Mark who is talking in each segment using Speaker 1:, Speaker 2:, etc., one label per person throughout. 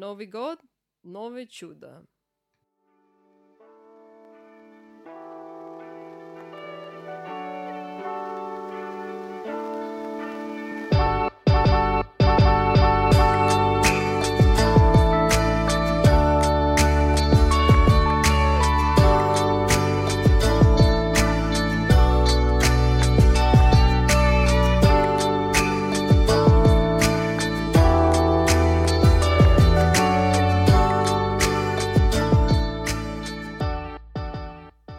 Speaker 1: Новый год, новое чудо.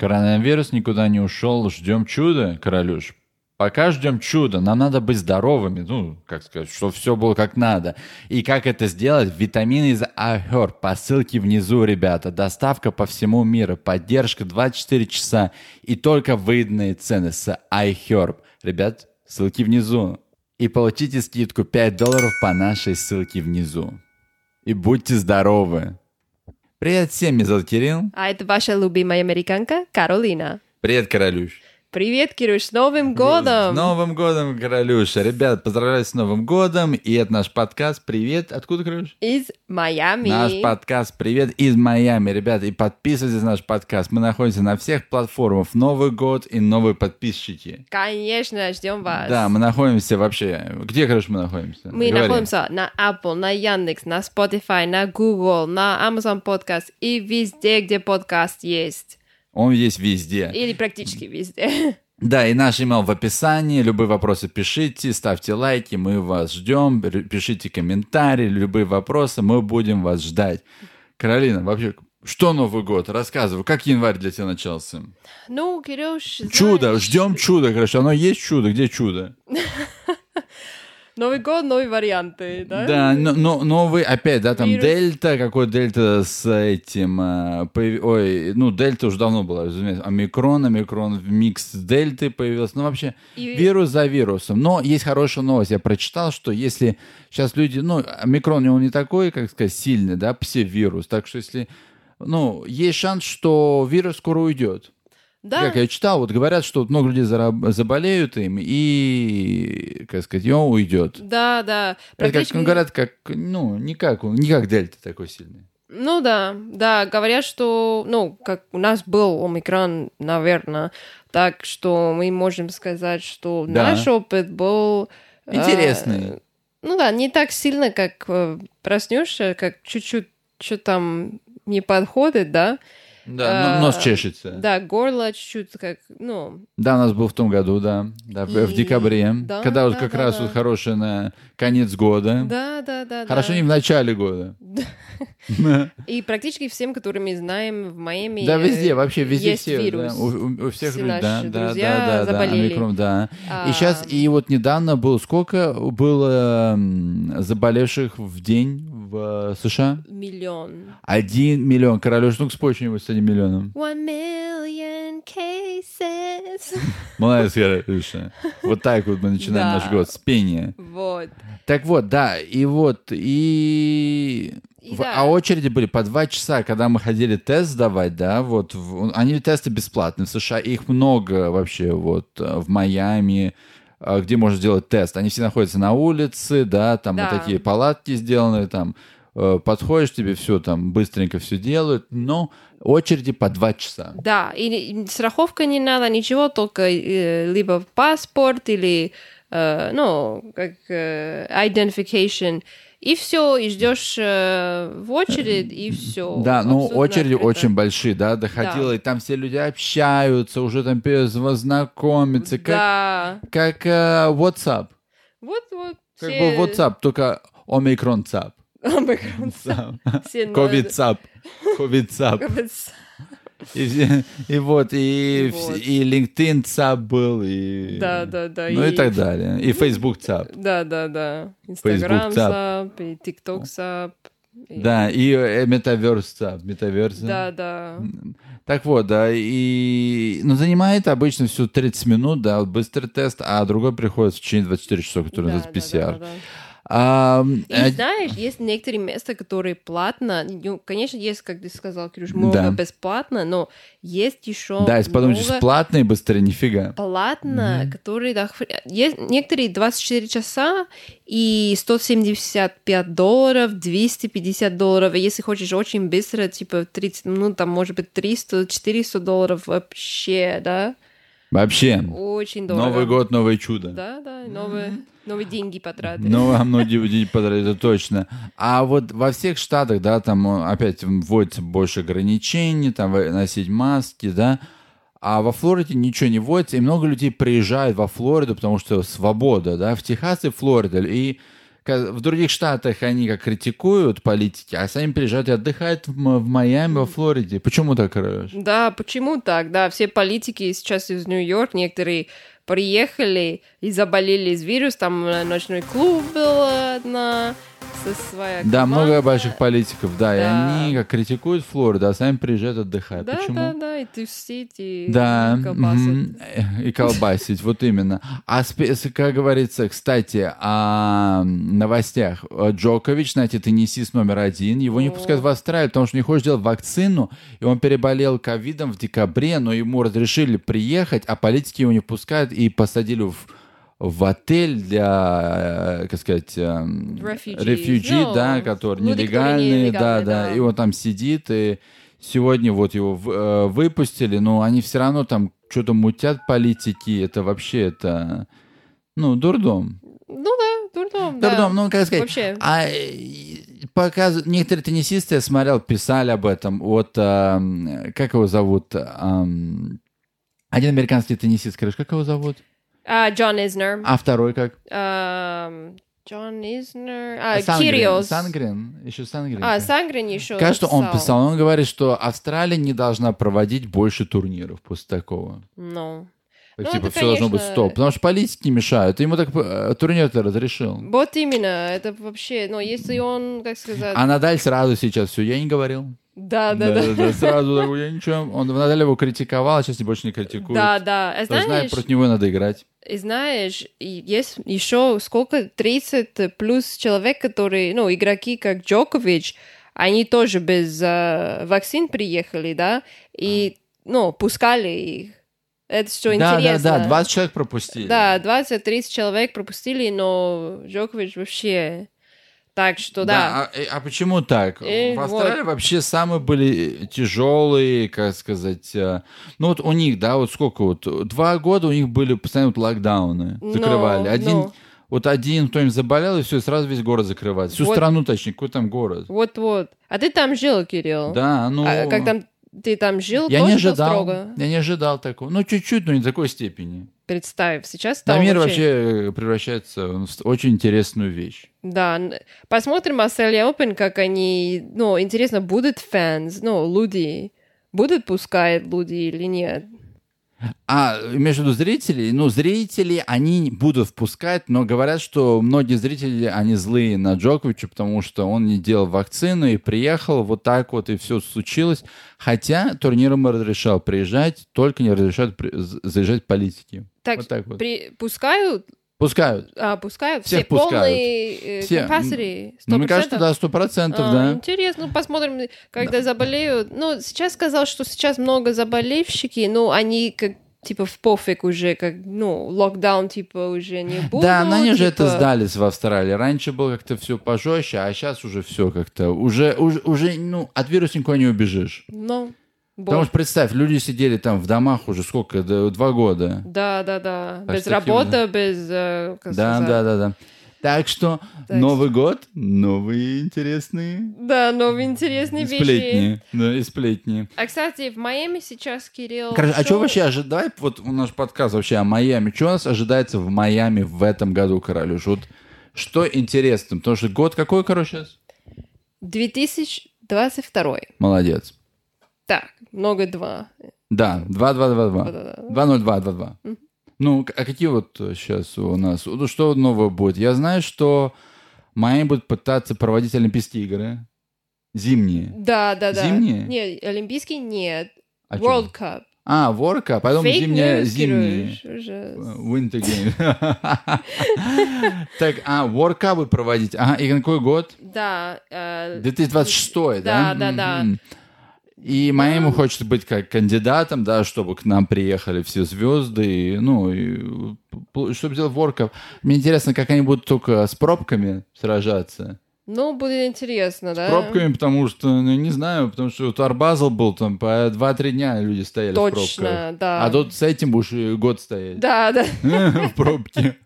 Speaker 2: Коронавирус никуда не ушел. Ждем чуда, королюш. Пока ждем чуда, нам надо быть здоровыми, ну, как сказать, чтобы все было как надо. И как это сделать? Витамины из Ахер по ссылке внизу, ребята. Доставка по всему миру, поддержка 24 часа и только выданные цены с iHerb. Ребят, ссылки внизу. И получите скидку 5 долларов по нашей ссылке внизу. И будьте здоровы. Привет всем, меня зовут Кирилл.
Speaker 1: А это ваша любимая американка Каролина.
Speaker 2: Привет, королюш.
Speaker 1: Привет, Кирюш, с Новым годом!
Speaker 2: С Новым годом, королюша! Ребят, поздравляю с Новым годом! И это наш подкаст «Привет». Откуда, королюш?
Speaker 1: Из Майами.
Speaker 2: Наш подкаст «Привет» из Майами, ребят. И подписывайтесь на наш подкаст. Мы находимся на всех платформах. Новый год и новые подписчики.
Speaker 1: Конечно, ждем вас.
Speaker 2: Да, мы находимся вообще... Где, короче, мы находимся?
Speaker 1: Мы
Speaker 2: Говори.
Speaker 1: находимся на Apple, на Яндекс, на Spotify, на Google, на Amazon Podcast и везде, где подкаст есть.
Speaker 2: Он есть везде.
Speaker 1: Или практически везде.
Speaker 2: Да, и наш email в описании. Любые вопросы пишите, ставьте лайки, мы вас ждем. Р- Пишите комментарии, любые вопросы, мы будем вас ждать. Каролина, вообще, что Новый год? Рассказывай, как январь для тебя начался?
Speaker 1: Ну, Кирюш, знаешь,
Speaker 2: Чудо, ждем чудо, короче. Оно есть чудо, где чудо?
Speaker 1: Новый год, новые варианты, да?
Speaker 2: Да, но, но- новый опять, да, там
Speaker 1: Вирус.
Speaker 2: дельта, какой дельта с этим, а, появ- ой, ну дельта уже давно была, разумеется, омикрон, омикрон, в микс дельты появился, ну вообще
Speaker 1: И-
Speaker 2: вирус за вирусом. Но есть хорошая новость, я прочитал, что если сейчас люди, ну омикрон он не такой, как сказать, сильный, да, псевирус, так что если, ну есть шанс, что вирус скоро уйдет.
Speaker 1: Да,
Speaker 2: Как я читал, вот говорят, что вот много людей зараб- заболеют им, и, как сказать, и он уйдет.
Speaker 1: да, да.
Speaker 2: Это как,
Speaker 1: Практически-
Speaker 2: ну, говорят, как, ну, никак, он- не как дельта такой сильный.
Speaker 1: Ну да, да, говорят, что, ну, как у нас был омикрон, наверное, так что мы можем сказать, что
Speaker 2: Да.
Speaker 1: наш опыт был... э,
Speaker 2: Интересный.
Speaker 1: ну да, не так сильно, как э, проснешься, как чуть-чуть что там не подходит, да? э,
Speaker 2: Да, но- нос чешется. Да.
Speaker 1: Да, горло чуть-чуть как, ну,
Speaker 2: у нас был в том году, да, да, в- в
Speaker 1: И-
Speaker 2: декабре,
Speaker 1: да,
Speaker 2: когда вот
Speaker 1: да,
Speaker 2: как
Speaker 1: да,
Speaker 2: раз
Speaker 1: да.
Speaker 2: вот хорошее на конец года.
Speaker 1: да, да, да.
Speaker 2: Хорошо
Speaker 1: да.
Speaker 2: не в начале года.
Speaker 1: И практически всем, которые мы знаем в Майами...
Speaker 2: Да,
Speaker 1: э,
Speaker 2: везде, вообще везде
Speaker 1: есть
Speaker 2: все. да,
Speaker 1: вирус.
Speaker 2: у, у- у всех
Speaker 1: Все
Speaker 2: людей, да,
Speaker 1: наши
Speaker 2: да,
Speaker 1: друзья
Speaker 2: да, да, да,
Speaker 1: заболели.
Speaker 2: омикрон, да. И
Speaker 1: а,
Speaker 2: сейчас, и вот недавно было сколько было м, заболевших в день в э, США?
Speaker 1: Миллион.
Speaker 2: Один миллион. Королёш, ну-ка спой что-нибудь с одним миллионом.
Speaker 1: One million cases.
Speaker 2: Молодец, Королёша. Вот так вот мы начинаем
Speaker 1: Да.
Speaker 2: наш год с пения.
Speaker 1: Вот.
Speaker 2: Так вот, да, и вот, и...
Speaker 1: И
Speaker 2: в-
Speaker 1: да.
Speaker 2: А очереди были по два часа, когда мы ходили тест сдавать, да, вот, в- они тесты бесплатные в США, их много вообще, вот, э, в Майами, э, где можно сделать тест, они все находятся на улице, да, там вот
Speaker 1: Да.
Speaker 2: такие палатки сделаны, там, э, подходишь, тебе все там быстренько все делают, но очереди по два часа.
Speaker 1: Да, и не- и страховка не надо, ничего, только э, либо паспорт или, э, ну, как э, identification. И все, и ждешь э, в очередь, и все.
Speaker 2: Да, ну очереди очень большие, да, доходило,
Speaker 1: Да.
Speaker 2: и там все люди общаются, уже там перезво- знакомятся, как,
Speaker 1: Да,
Speaker 2: как э, WhatsApp,
Speaker 1: вот, вот. э,
Speaker 2: как
Speaker 1: все-
Speaker 2: бы WhatsApp, только омикрон цап,
Speaker 1: Омикрон. Все надо-
Speaker 2: ковид цап, ковид цап,
Speaker 1: Ковид.
Speaker 2: и, все- и вот, и, вс-
Speaker 1: Вот.
Speaker 2: и LinkedIn цап был, и,
Speaker 1: Да, да, да.
Speaker 2: ну и так далее, и Facebook цап.
Speaker 1: Да, да, да. Инстаграм
Speaker 2: Zap.
Speaker 1: сап, и ТикТок сап. и-
Speaker 2: Да, и э, Metaverse цап, Metaverse.
Speaker 1: Да, да.
Speaker 2: Так вот, да, и... Ну, занимает обычно всего 30 минут, да, вот быстрый тест, а другой приходит в течение 24 часов, который
Speaker 1: Да,
Speaker 2: называется
Speaker 1: да,
Speaker 2: PCR.
Speaker 1: да, да.
Speaker 2: А,
Speaker 1: И
Speaker 2: э,
Speaker 1: знаешь, есть некоторые места, которые платно. Ну, конечно, есть, как ты сказал, Кирюш, много
Speaker 2: Да.
Speaker 1: бесплатно, но есть еще
Speaker 2: да, если подумать,
Speaker 1: много
Speaker 2: что бесплатные быстрее, нифига.
Speaker 1: платно, которые... да, хр- есть некоторые 24 часа и 175 долларов, 250 долларов. И Если хочешь очень быстро, типа 30 минут, там, может быть, 300-400 долларов вообще, да?
Speaker 2: Вообще.
Speaker 1: Очень дорого.
Speaker 2: Новый год, новое чудо.
Speaker 1: Да, да, новые, новые деньги потратили.
Speaker 2: Ну, а многие люди потратили, это точно. А вот во всех штатах, да, там э, опять вводится больше ограничений, там э, носить маски, да. А во Флориде ничего не вводится, и много людей приезжают во Флориду, потому что свобода, да, в Техас и Флорида. И ка- в других штатах они как критикуют политики, а сами приезжают и отдыхают в М- в Майами, во Флориде. Почему так, Рэш?
Speaker 1: Да, почему так? Да, все политики сейчас из Нью-Йорк, некоторые приехали и заболели из вирус, там э, ночной клуб был одна со своей
Speaker 2: Да, много
Speaker 1: командой.
Speaker 2: больших политиков, да,
Speaker 1: Да.
Speaker 2: и они как критикуют Флориду, а сами приезжают отдыхать.
Speaker 1: Да,
Speaker 2: Почему?
Speaker 1: да, да, и тусить, и
Speaker 2: Да,
Speaker 1: колбасы.
Speaker 2: мгм, э, и колбасить, вот именно. А спе- с- как говорится, кстати, о новостях. Э, Джокович, знаете, теннисист номер один, его не
Speaker 1: О.
Speaker 2: пускают в Австралию, потому что не хочет делать вакцину, и он переболел ковидом в декабре, но ему разрешили приехать, а политики его не пускают и посадили в в отель для, э, как сказать, эм,
Speaker 1: Refugees.
Speaker 2: рефьюджи,
Speaker 1: Ну, ну,
Speaker 2: да, которые
Speaker 1: да, которые
Speaker 2: нелегальные, да,
Speaker 1: нелегальные,
Speaker 2: да,
Speaker 1: да.
Speaker 2: и он там сидит, и сегодня вот его в- э, выпустили, но они все равно там что-то мутят политики, это вообще, это, ну, дурдом.
Speaker 1: Ну да, дурдом, да.
Speaker 2: Дурдом, ну, как сказать,
Speaker 1: Вообще.
Speaker 2: а э, показывают, некоторые теннисисты, я смотрел, писали об этом, вот, эм, как его зовут, Эм, один американский теннисист, короче, как его зовут?
Speaker 1: А, Джон Изнер.
Speaker 2: А второй как?
Speaker 1: Ам, Джон Изнер. А,
Speaker 2: Сангрен.
Speaker 1: Кириос.
Speaker 2: Сангрен. Еще Сангрен.
Speaker 1: А, Сангрен еще
Speaker 2: Кажется, он писал. Он говорит, что Австралия не должна проводить больше турниров после такого.
Speaker 1: Ну. Ну,
Speaker 2: типа,
Speaker 1: это,
Speaker 2: все должно быть
Speaker 1: конечно,
Speaker 2: стоп. Потому что политики мешают. Ему так э, турнир-то разрешил.
Speaker 1: Вот именно, это вообще, ну, если он, как сказать...
Speaker 2: А Надаль сразу сейчас все, я не говорил.
Speaker 1: Да, да, да.
Speaker 2: Да-да-да, Сразу такой, я ничего. Он Надаль его критиковал, а сейчас не больше не критикует.
Speaker 1: Да, да. А
Speaker 2: Потому что знает,
Speaker 1: знаешь,
Speaker 2: против него надо играть.
Speaker 1: и знаешь, и есть еще сколько, 30 плюс человек, которые, ну, игроки, как Джокович, они тоже без э, вакцин приехали, да, и, ну, пускали их. Это что
Speaker 2: да,
Speaker 1: интересно.
Speaker 2: да, да, 20 человек пропустили.
Speaker 1: Да, 20-30 человек пропустили, но Джокович вообще... Так что, да.
Speaker 2: Да, а, э, а почему так?
Speaker 1: Э,
Speaker 2: в Австралии вообще самые были тяжелые, как сказать. э, Ну вот у них, да, вот сколько вот э, два года у них были постоянно вот локдауны
Speaker 1: Но,
Speaker 2: закрывали. Один,
Speaker 1: но.
Speaker 2: вот один кто-нибудь заболел и все, сразу весь город закрывает. Всю
Speaker 1: Вот.
Speaker 2: страну, точнее, какой там город?
Speaker 1: Вот-вот. А ты там жил, Кирилл?
Speaker 2: Да, ну.
Speaker 1: А как там ты там жил,
Speaker 2: я
Speaker 1: тоже было
Speaker 2: не ожидал,
Speaker 1: строго.
Speaker 2: я не ожидал такого. Ну чуть-чуть, но не до такой степени.
Speaker 1: Представь, сейчас
Speaker 2: Да,
Speaker 1: там
Speaker 2: мир вообще э, превращается в с- очень интересную вещь.
Speaker 1: Да, н- посмотрим Australia Open, как они... Ну, интересно, будут фэнс, ну, люди... Будут пускать люди или нет?
Speaker 2: А между зрителей, ну, зрители, они будут впускать, но говорят, что многие зрители, они злые на Джоковича, потому что он не делал вакцину и приехал вот так вот, и все случилось. Хотя турнир ему разрешал приезжать, только не разрешают при- з- заезжать политики.
Speaker 1: Так,
Speaker 2: вот так вот.
Speaker 1: при- пускают,
Speaker 2: Пускают.
Speaker 1: а, пускают
Speaker 2: Всех
Speaker 1: все полные э,
Speaker 2: Все.
Speaker 1: capacity, 100%.
Speaker 2: Ну, мне кажется, да, сто процентов,
Speaker 1: А,
Speaker 2: да.
Speaker 1: Интересно, посмотрим, когда заболеют. Ну, сейчас сказал, что сейчас много заболевщики, но они как типа в пофиг уже, как, ну, локдаун типа уже не будет.
Speaker 2: да, но они же это
Speaker 1: типа.
Speaker 2: сдались в Австралии. Раньше было как-то все пожестче, а сейчас уже все как-то. Уже, уже, уже, ну, от вируса никуда не убежишь.
Speaker 1: Ну,
Speaker 2: Потому
Speaker 1: бог.
Speaker 2: что представь, люди сидели там в домах уже сколько, да, два года.
Speaker 1: Да, да, да.
Speaker 2: Так
Speaker 1: без
Speaker 2: что
Speaker 1: работы,
Speaker 2: такие
Speaker 1: без... э, как
Speaker 2: Да,
Speaker 1: сказать.
Speaker 2: да, да, да. Так что
Speaker 1: Так
Speaker 2: Новый год, новые интересные
Speaker 1: Да, но интересные вещи.
Speaker 2: сплетни. Да, и сплетни.
Speaker 1: А, кстати, в Майами сейчас Кирилл...
Speaker 2: Короче, а
Speaker 1: шёл-
Speaker 2: что вообще ожидать? Давай вот у нас подкаст вообще о Майами. Что у нас ожидается в Майами в этом году, Королюш? Вот что интересно? Потому что год какой, короче, сейчас?
Speaker 1: 2022.
Speaker 2: Молодец.
Speaker 1: Так, много два.
Speaker 2: Да, 2-2-2-2.
Speaker 1: Да-да-да.
Speaker 2: 2-0-2-2-2. Ну, к- а какие вот сейчас у нас? Ну, что нового будет? Я знаю, что Майами будут пытаться проводить Олимпийские игры. Зимние.
Speaker 1: Да, да, да.
Speaker 2: Зимние?
Speaker 1: Нет, Олимпийский нет.
Speaker 2: А чё?
Speaker 1: World Cup.
Speaker 2: А, ворка, а потом
Speaker 1: Фейк
Speaker 2: зимняя,
Speaker 1: не
Speaker 2: зимний.
Speaker 1: маскируешь уже.
Speaker 2: Winter Game. Так, а, ворка вы проводите. Ага, и какой год?
Speaker 1: Да. э,
Speaker 2: 2026,
Speaker 1: Да,
Speaker 2: да?
Speaker 1: да, да. Ну.
Speaker 2: Мгм. И моему хочется быть как кандидатом, да, чтобы к нам приехали все звезды, и, ну, и, пл- чтобы сделать ворков. Мне интересно, как они будут только с пробками сражаться.
Speaker 1: Ну, будет интересно, да?
Speaker 2: С пробками, потому что, ну, не знаю, потому что вот Арбазл был там, по 2-3 дня люди стояли в пробках.
Speaker 1: Точно, да.
Speaker 2: А тут с этим будешь и год стоять
Speaker 1: Да, да.
Speaker 2: в пробке.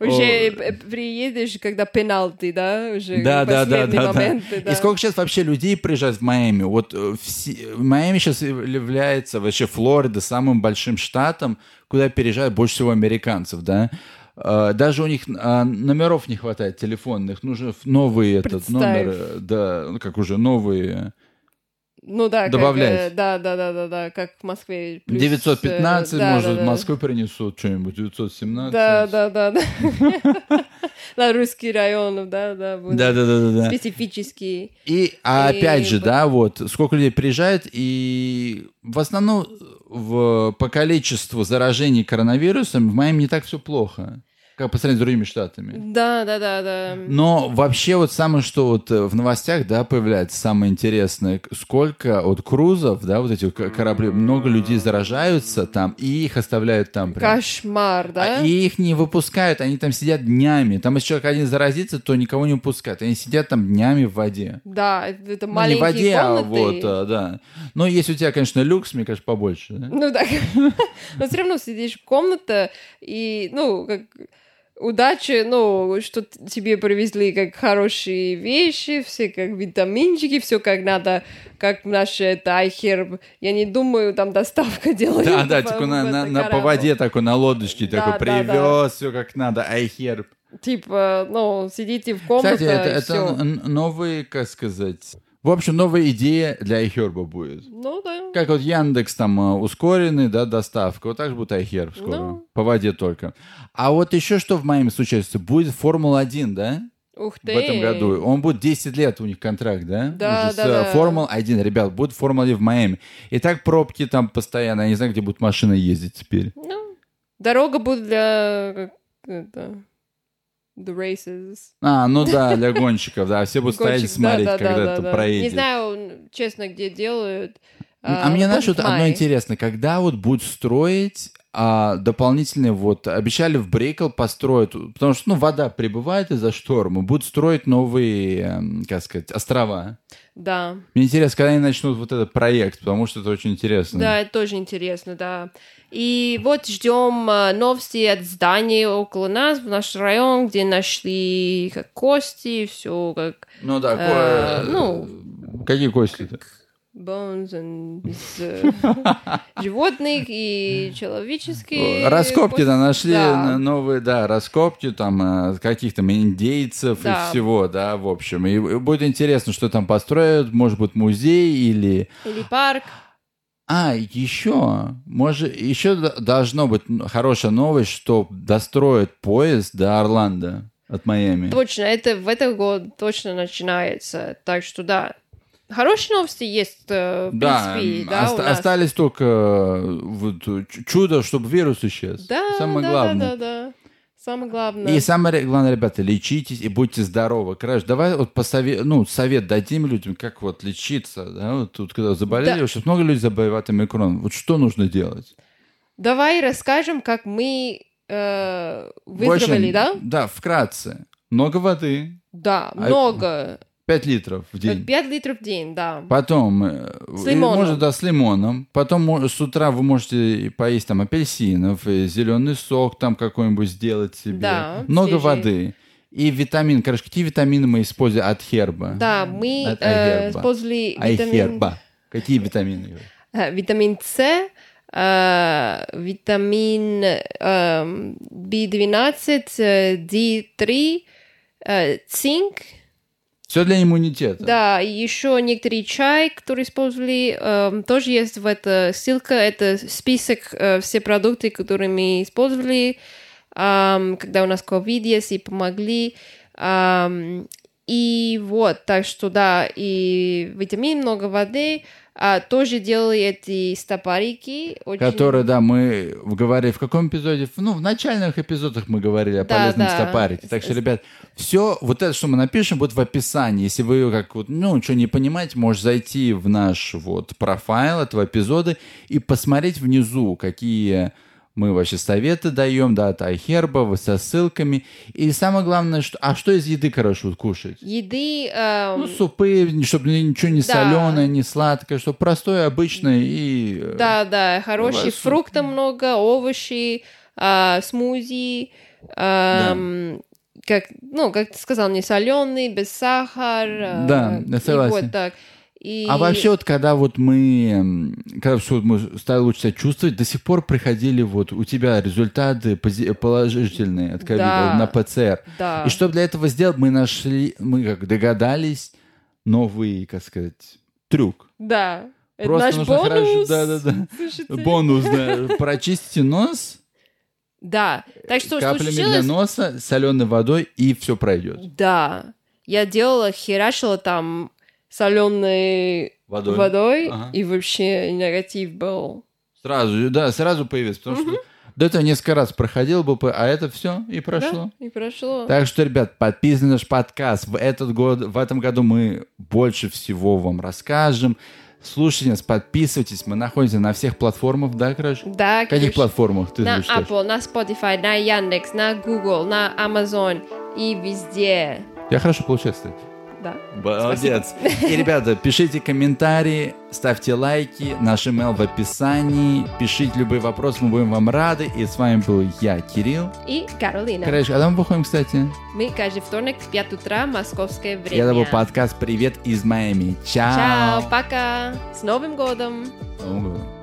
Speaker 1: Уже э, приедешь, когда пенальти, да? Уже
Speaker 2: Да, да, да,
Speaker 1: последний
Speaker 2: да,
Speaker 1: момент,
Speaker 2: да.
Speaker 1: э, да.
Speaker 2: И сколько сейчас вообще людей приезжает в Майами? Вот э, все- Майами сейчас является вообще Флорида самым большим штатом, куда переезжают больше всего американцев, да? Э, Даже у них э, номеров не хватает телефонных, нужен ф- новый этот
Speaker 1: Представь.
Speaker 2: номер, э, да, ну, как уже новые
Speaker 1: Ну да, как,
Speaker 2: добавлять.
Speaker 1: э, да, да, да, да, да, как в Москве. плюс,
Speaker 2: 915,
Speaker 1: э, да,
Speaker 2: может,
Speaker 1: да,
Speaker 2: в
Speaker 1: да.
Speaker 2: Москву принесут что-нибудь, 917.
Speaker 1: Да, да, да, да. Да, русский район, да, да, будет
Speaker 2: да, да, да, да.
Speaker 1: специфический.
Speaker 2: И а
Speaker 1: И
Speaker 2: опять же,
Speaker 1: б-
Speaker 2: да, вот сколько людей приезжает, и в основном в, по количеству заражений коронавирусом в Майами не так все плохо, как по сравнению с другими штатами.
Speaker 1: Да, да, да, да.
Speaker 2: Но вообще вот самое, что вот э, в новостях, да, появляется самое интересное, к- сколько вот крузов, да, вот этих к- кораблей, много людей заражаются там, и их оставляют там. прям.
Speaker 1: Кошмар,
Speaker 2: А
Speaker 1: да?
Speaker 2: И их не выпускают, они там сидят днями. Там если человек один заразится, то никого не выпускают. Они сидят там днями в воде.
Speaker 1: Да, это это
Speaker 2: Ну, не в
Speaker 1: маленькие
Speaker 2: воде, а вот,
Speaker 1: комнаты.
Speaker 2: а, да. Но если у тебя, конечно, люкс, мне кажется, побольше. да?
Speaker 1: Ну да, но все равно сидишь в комнате, и, ну, как удачи, ну, что т- тебе привезли как хорошие вещи, все как витаминчики, все как надо, как наше это iHerb. Я не думаю, там доставка делает.
Speaker 2: Да, да,
Speaker 1: в-
Speaker 2: типа
Speaker 1: в
Speaker 2: на, на,
Speaker 1: этот
Speaker 2: на
Speaker 1: корабль.
Speaker 2: поводе такой, на лодочке
Speaker 1: Да,
Speaker 2: такой,
Speaker 1: да, да.
Speaker 2: привез, все как надо, айхерб.
Speaker 1: Типа, ну, сидите в комнате,
Speaker 2: Кстати, это,
Speaker 1: и
Speaker 2: это
Speaker 1: всё.
Speaker 2: н- новые, как сказать, в общем, новая идея для айхерба будет.
Speaker 1: Ну да.
Speaker 2: Как вот Яндекс там э, ускоренный, да, доставка. Вот так же будет iHerb скоро.
Speaker 1: Ну.
Speaker 2: По воде только. А вот еще что в Майами случается? Будет Формула-1, да?
Speaker 1: Ух
Speaker 2: в
Speaker 1: ты.
Speaker 2: этом году. Он будет 10 лет у них контракт, да?
Speaker 1: Да,
Speaker 2: Уже
Speaker 1: да,
Speaker 2: с, э,
Speaker 1: да.
Speaker 2: Формула-1, ребят, будет Формула-1 в Майами. И так пробки там постоянно, я не знаю, где будут машины ездить теперь.
Speaker 1: Ну, дорога будет для... как это, The races.
Speaker 2: А, ну да, для гонщиков, да, все будут стоять и
Speaker 1: Гонщик,
Speaker 2: смотреть,
Speaker 1: да, да,
Speaker 2: когда
Speaker 1: да,
Speaker 2: это
Speaker 1: да.
Speaker 2: проедет.
Speaker 1: Не знаю, э, честно, где делают.
Speaker 2: А мне, знаешь, вот
Speaker 1: будет в
Speaker 2: одно
Speaker 1: мае.
Speaker 2: интересно, когда вот будут строить а, дополнительные, вот, обещали в Брейкл построить, потому что, ну, вода прибывает из-за шторма, будут строить новые, эм, как сказать, острова.
Speaker 1: Да,
Speaker 2: Мне интересно, когда они начнут вот этот проект, потому что это очень интересно.
Speaker 1: да, это тоже интересно, да. И вот ждем э, новости от зданий около нас, в наш район, где нашли как кости, все как
Speaker 2: Ну да,
Speaker 1: Э,
Speaker 2: ко-
Speaker 1: ну,
Speaker 2: какие кости-то?
Speaker 1: bones and из, э, животных и человеческие.
Speaker 2: Раскопки,
Speaker 1: кости.
Speaker 2: да, нашли
Speaker 1: Да.
Speaker 2: н- новые, да, раскопки там э, каких-то индейцев
Speaker 1: Да.
Speaker 2: и всего, да, в общем. И будет интересно, что там построят, может быть, музей или...
Speaker 1: Или парк.
Speaker 2: А, еще, может, еще д- должно быть н- хорошая новость, что достроят поезд до Орландо от Майами.
Speaker 1: Точно, это в этот год точно начинается. Так что да. Хорошие новости есть, э, в принципе,
Speaker 2: м,
Speaker 1: да,
Speaker 2: ост-
Speaker 1: у нас.
Speaker 2: остались только э, вот, ч- чудо, чтобы вирус исчез.
Speaker 1: Да,
Speaker 2: Самое
Speaker 1: да,
Speaker 2: главное.
Speaker 1: да, да, да. Самое главное.
Speaker 2: И самое ре- главное, ребята, лечитесь и будьте здоровы. Краш, давай вот посове... ну, совет дадим людям, как вот лечиться, да, вот тут когда заболели,
Speaker 1: Да.
Speaker 2: сейчас много людей заболевают омикрон. Вот что нужно делать?
Speaker 1: Давай расскажем, как мы э, выздоровели,
Speaker 2: Больше-
Speaker 1: да?
Speaker 2: Да, вкратце. Много воды,
Speaker 1: Да, много.
Speaker 2: 5 литров в А- день.
Speaker 1: 5 литров в день, да.
Speaker 2: Потом, э,
Speaker 1: С
Speaker 2: или,
Speaker 1: лимоном.
Speaker 2: может, да, с лимоном. Потом мо- с утра вы можете поесть там апельсинов, зеленый сок там какой-нибудь сделать себе.
Speaker 1: Да,
Speaker 2: Много
Speaker 1: свежий.
Speaker 2: воды. И витамин. Короче, какие витамины мы используем от херба?
Speaker 1: Да, мы
Speaker 2: От
Speaker 1: э,
Speaker 2: айхерба.
Speaker 1: использовали витамин,
Speaker 2: Айхерба. Какие витамины? Юля?
Speaker 1: э, витамин С, э, витамин э, B12, э, D3, э, цинк,
Speaker 2: Все для иммунитета.
Speaker 1: Да, и еще некоторые чай, которые использовали, эм, тоже есть в это ссылка. Это список э, все продукты, эм, которые мы использовали, ам, когда у нас COVID есть и помогли. Ам, эм, И вот, так что да, и витамин, много воды, а, тоже делали эти стопорики. Очень...
Speaker 2: Которые, да, мы говорили в каком эпизоде? Ну, в начальных эпизодах мы говорили о
Speaker 1: Да,
Speaker 2: полезном
Speaker 1: да.
Speaker 2: стопарике. Так что, ребят, все вот это, что мы напишем, будет в описании. Если вы как вот, ну, что не понимаете, можете зайти в наш вот профайл этого эпизода и посмотреть внизу, какие мы вообще советы даем, да, от Айхерба, со ссылками. И самое главное, что... А что из еды, короче, вот кушать?
Speaker 1: Еды... эм,
Speaker 2: Ну, супы, чтобы ничего не
Speaker 1: Да.
Speaker 2: соленое, не сладкое, что простое, обычное и... э,
Speaker 1: Да, да, хорошие
Speaker 2: бывает супер.
Speaker 1: фрукты много, овощи, а, смузи, ам, как, ну, как ты сказал, не соленый, без сахара. а,
Speaker 2: Да, я
Speaker 1: и
Speaker 2: согласен.
Speaker 1: вот так. И-
Speaker 2: А вообще вот когда вот мы, м, когда все мы стали лучше себя чувствовать, до сих пор приходили вот у тебя результаты пози- положительные от
Speaker 1: Да.
Speaker 2: ковида на ПЦР.
Speaker 1: да.
Speaker 2: И чтобы для этого сделать, мы нашли, мы как догадались новый, как сказать, трюк.
Speaker 1: Да. Это
Speaker 2: Просто
Speaker 1: наш
Speaker 2: нужно хорошо-
Speaker 1: бонус.
Speaker 2: да-да-да.
Speaker 1: слушайте.
Speaker 2: Бонус, да, прочистите нос
Speaker 1: Да. Так что что
Speaker 2: каплями для
Speaker 1: случилось?
Speaker 2: носа, соленой водой и все пройдет.
Speaker 1: Да. Я делала, херачила там соленой
Speaker 2: Водой.
Speaker 1: водой,
Speaker 2: Ага.
Speaker 1: и вообще негатив был.
Speaker 2: Сразу, да, сразу появится, потому что до этого несколько раз проходил бы, а это все и прошло.
Speaker 1: Да, и прошло.
Speaker 2: Так что, ребят, подписывайтесь на наш подкаст. В, этот год, в этом году мы больше всего вам расскажем. Слушайте нас, подписывайтесь. Мы находимся на всех платформах, да, Краш?
Speaker 1: Да,
Speaker 2: Каких
Speaker 1: Кирюш.
Speaker 2: платформах ты
Speaker 1: на
Speaker 2: зачитаешь?
Speaker 1: Apple, на Spotify, на Яндекс, на Google, на Amazon и везде.
Speaker 2: Я хорошо получается.
Speaker 1: Да.
Speaker 2: Молодец. И, ребята, пишите комментарии, ставьте лайки, наш email в описании, пишите любые вопросы, мы будем вам рады. И с вами был я, Кирилл.
Speaker 1: И Каролина.
Speaker 2: Короче, а там мы выходим, кстати.
Speaker 1: Мы каждый вторник в 5 утра е московское время.
Speaker 2: Я это был подкаст «Привет из Майами». Чао.
Speaker 1: Чао, пока. С Новым годом.
Speaker 2: Новым годом.